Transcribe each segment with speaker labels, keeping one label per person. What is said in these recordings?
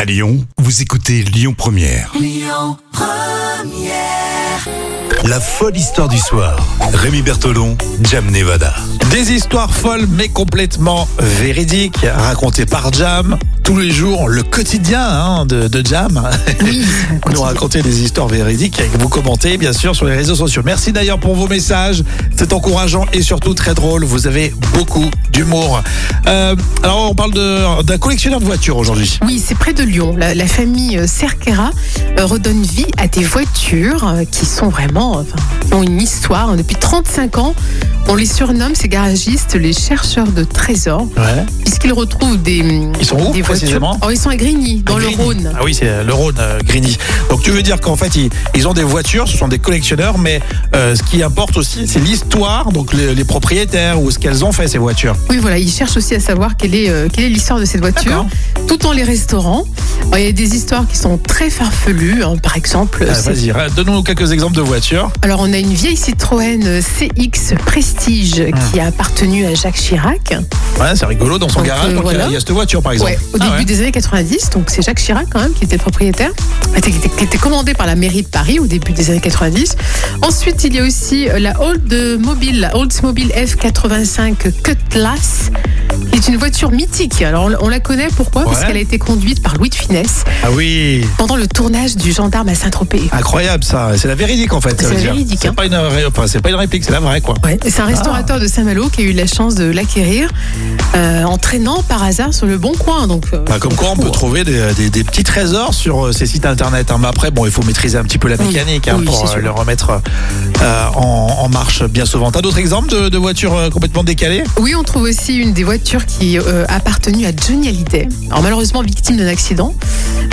Speaker 1: À Lyon, vous écoutez Lyon Première. La folle histoire du soir. Rémi Bertolon, Jam Nevada.
Speaker 2: Des histoires folles mais complètement véridiques, racontées par Jam. Tous les jours, le quotidien hein, de, de Jam. Nous raconter des histoires véridiques et que vous commentez bien sûr sur les réseaux sociaux. Merci d'ailleurs pour vos messages. C'est encourageant et surtout très drôle. Vous avez beaucoup d'humour. Euh, alors on parle de- d'un collectionneur de voitures aujourd'hui.
Speaker 3: Oui, c'est près de Lyon. La, la famille euh, Cerquera euh, redonne vie à des voitures euh, qui sont vraiment, enfin, qui ont une histoire. Depuis 35 ans, on les surnomme, ces garagistes, les chercheurs de trésors,
Speaker 2: Ouais.
Speaker 3: puisqu'ils retrouvent des, mm,
Speaker 2: Ils sont où,
Speaker 3: des
Speaker 2: précisément
Speaker 3: Oh, ils sont à Grigny, dans le
Speaker 2: Grigny.
Speaker 3: Rhône.
Speaker 2: Ah oui, c'est le Rhône, euh, Grigny. Donc tu veux dire qu'en fait, ils, ils ont des voitures, ce sont des collectionneurs, mais euh, ce qui importe aussi, c'est l'histoire, donc les, les propriétaires ou ce qu'elles ont fait, ces voitures.
Speaker 3: Oui, voilà, ils cherchent aussi à savoir quelle est euh, quelle est l'histoire de cette voiture,
Speaker 2: D'accord.
Speaker 3: tout en les restaurant. Alors, Il y a des histoires qui sont très farfelues, hein. par exemple.
Speaker 2: Ah,
Speaker 3: c'est-
Speaker 2: Vas-y, ra- donne-nous quelques exemples de voitures.
Speaker 3: Alors, on a une vieille Citroën CX Prestige
Speaker 2: Ah.
Speaker 3: qui a appartenu à Jacques Chirac.
Speaker 2: Ouais, c'est rigolo, dans son
Speaker 3: Donc,
Speaker 2: garage,
Speaker 3: euh,
Speaker 2: donc, il y a-
Speaker 3: voilà.
Speaker 2: il y a cette voiture, par exemple.
Speaker 3: Ouais, au
Speaker 2: Ah
Speaker 3: début
Speaker 2: ouais.
Speaker 3: des années 90, donc c'est Jacques Chirac quand même qui était propriétaire, Ah, qui était, qui était commandé par la mairie de Paris au début des années 90. Ensuite, il y a aussi euh, la Oldsmobile, la Oldsmobile F85 Cutlass, qui est une voiture mythique. Alors on, on la connaît pourquoi Parce
Speaker 2: Ouais.
Speaker 3: qu'elle a été conduite par Louis de Finesse
Speaker 2: Ah oui,
Speaker 3: pendant le tournage du Gendarme à Saint-Tropez.
Speaker 2: incroyable ça. C'est la véridique, en fait.
Speaker 3: C'est
Speaker 2: ça veut
Speaker 3: la
Speaker 2: dire.
Speaker 3: véridique,
Speaker 2: C'est
Speaker 3: hein.
Speaker 2: pas, une ré- enfin, c'est pas une réplique, c'est la vraie, quoi.
Speaker 3: Ouais, c'est un
Speaker 2: Ah.
Speaker 3: restaurateur de Saint-Malo qui a eu la chance de l'acquérir euh, en traînant par hasard sur le bon coin. Donc, euh,
Speaker 2: Bah, comme quoi, on peut trouver des, des- des petits trésors sur euh, ces sites internet. hein. Mais après, bon, il faut maîtriser un petit peu la
Speaker 3: Oui.
Speaker 2: mécanique hein,
Speaker 3: Oui,
Speaker 2: pour
Speaker 3: c'est
Speaker 2: euh,
Speaker 3: sûr.
Speaker 2: le remettre euh, en, en marche bien souvent. T'as d'autres exemples de, de voitures euh, complètement décalées
Speaker 3: Oui, on trouve aussi une des voitures qui euh, a appartenu à Johnny Hallyday. Alors malheureusement victime d'un accident.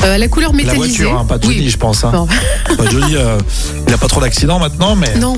Speaker 3: Euh, la couleur
Speaker 2: La
Speaker 3: métallisée.
Speaker 2: voiture, hein, pas Johnny,
Speaker 3: Oui.
Speaker 2: je pense. hein.
Speaker 3: Non.
Speaker 2: Pas Johnny, euh, il a pas trop d'accidents maintenant, mais
Speaker 3: Non,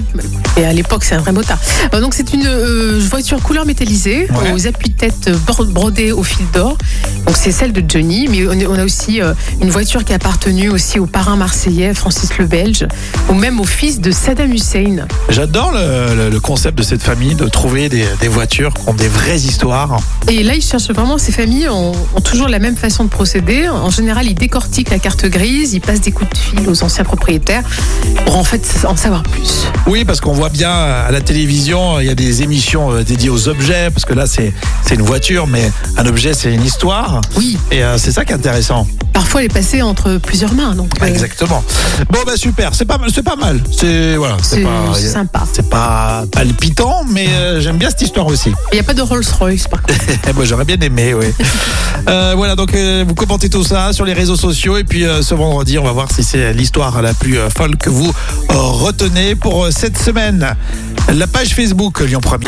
Speaker 3: et à l'époque c'est un vrai motard. Euh, donc c'est une euh, voiture couleur métallisée
Speaker 2: Ouais.
Speaker 3: aux appuis-têtes bro- brodés au fil d'or. Donc c'est celle de Johnny, mais on, on a aussi euh, une voiture qui a appartenu aussi au parrain marseillais Francis le Belge, ou même au fils de Saddam Hussein.
Speaker 2: j'adore le, le- le concept de cette famille de trouver des, des voitures qui ont des vraies histoires.
Speaker 3: Et là, ils cherchent vraiment, ces familles ont, ont toujours la même façon de procéder. En général, ils décortiquent la carte grise, ils passent des coups de fil aux anciens propriétaires pour en fait en savoir plus.
Speaker 2: Oui, parce qu'on voit bien euh, à la télévision, il y a des émissions euh, dédiées aux objets, parce que là, c'est c'est une voiture, mais un objet, c'est une histoire.
Speaker 3: Oui,
Speaker 2: Et euh, c'est ça qui est intéressant.
Speaker 3: parfois elle est passée entre plusieurs mains. Donc,
Speaker 2: Bah,
Speaker 3: euh,
Speaker 2: Exactement. Bon bah super, c'est pas mal, c'est pas mal. C'est voilà, c'est
Speaker 3: c'est
Speaker 2: pas
Speaker 3: c'est sympa.
Speaker 2: c'est pas palpitant, mais euh, j'aime bien cette histoire aussi.
Speaker 3: Il n'y a pas de Rolls-Royce, par contre.
Speaker 2: Eh ben, J'aurais bien aimé, oui. Euh, voilà, donc euh, vous commentez tout ça sur les réseaux sociaux et puis euh, ce vendredi, on va voir si c'est l'histoire la plus euh, folle que vous euh, retenez pour euh, cette semaine. La page Facebook Lyon Premier.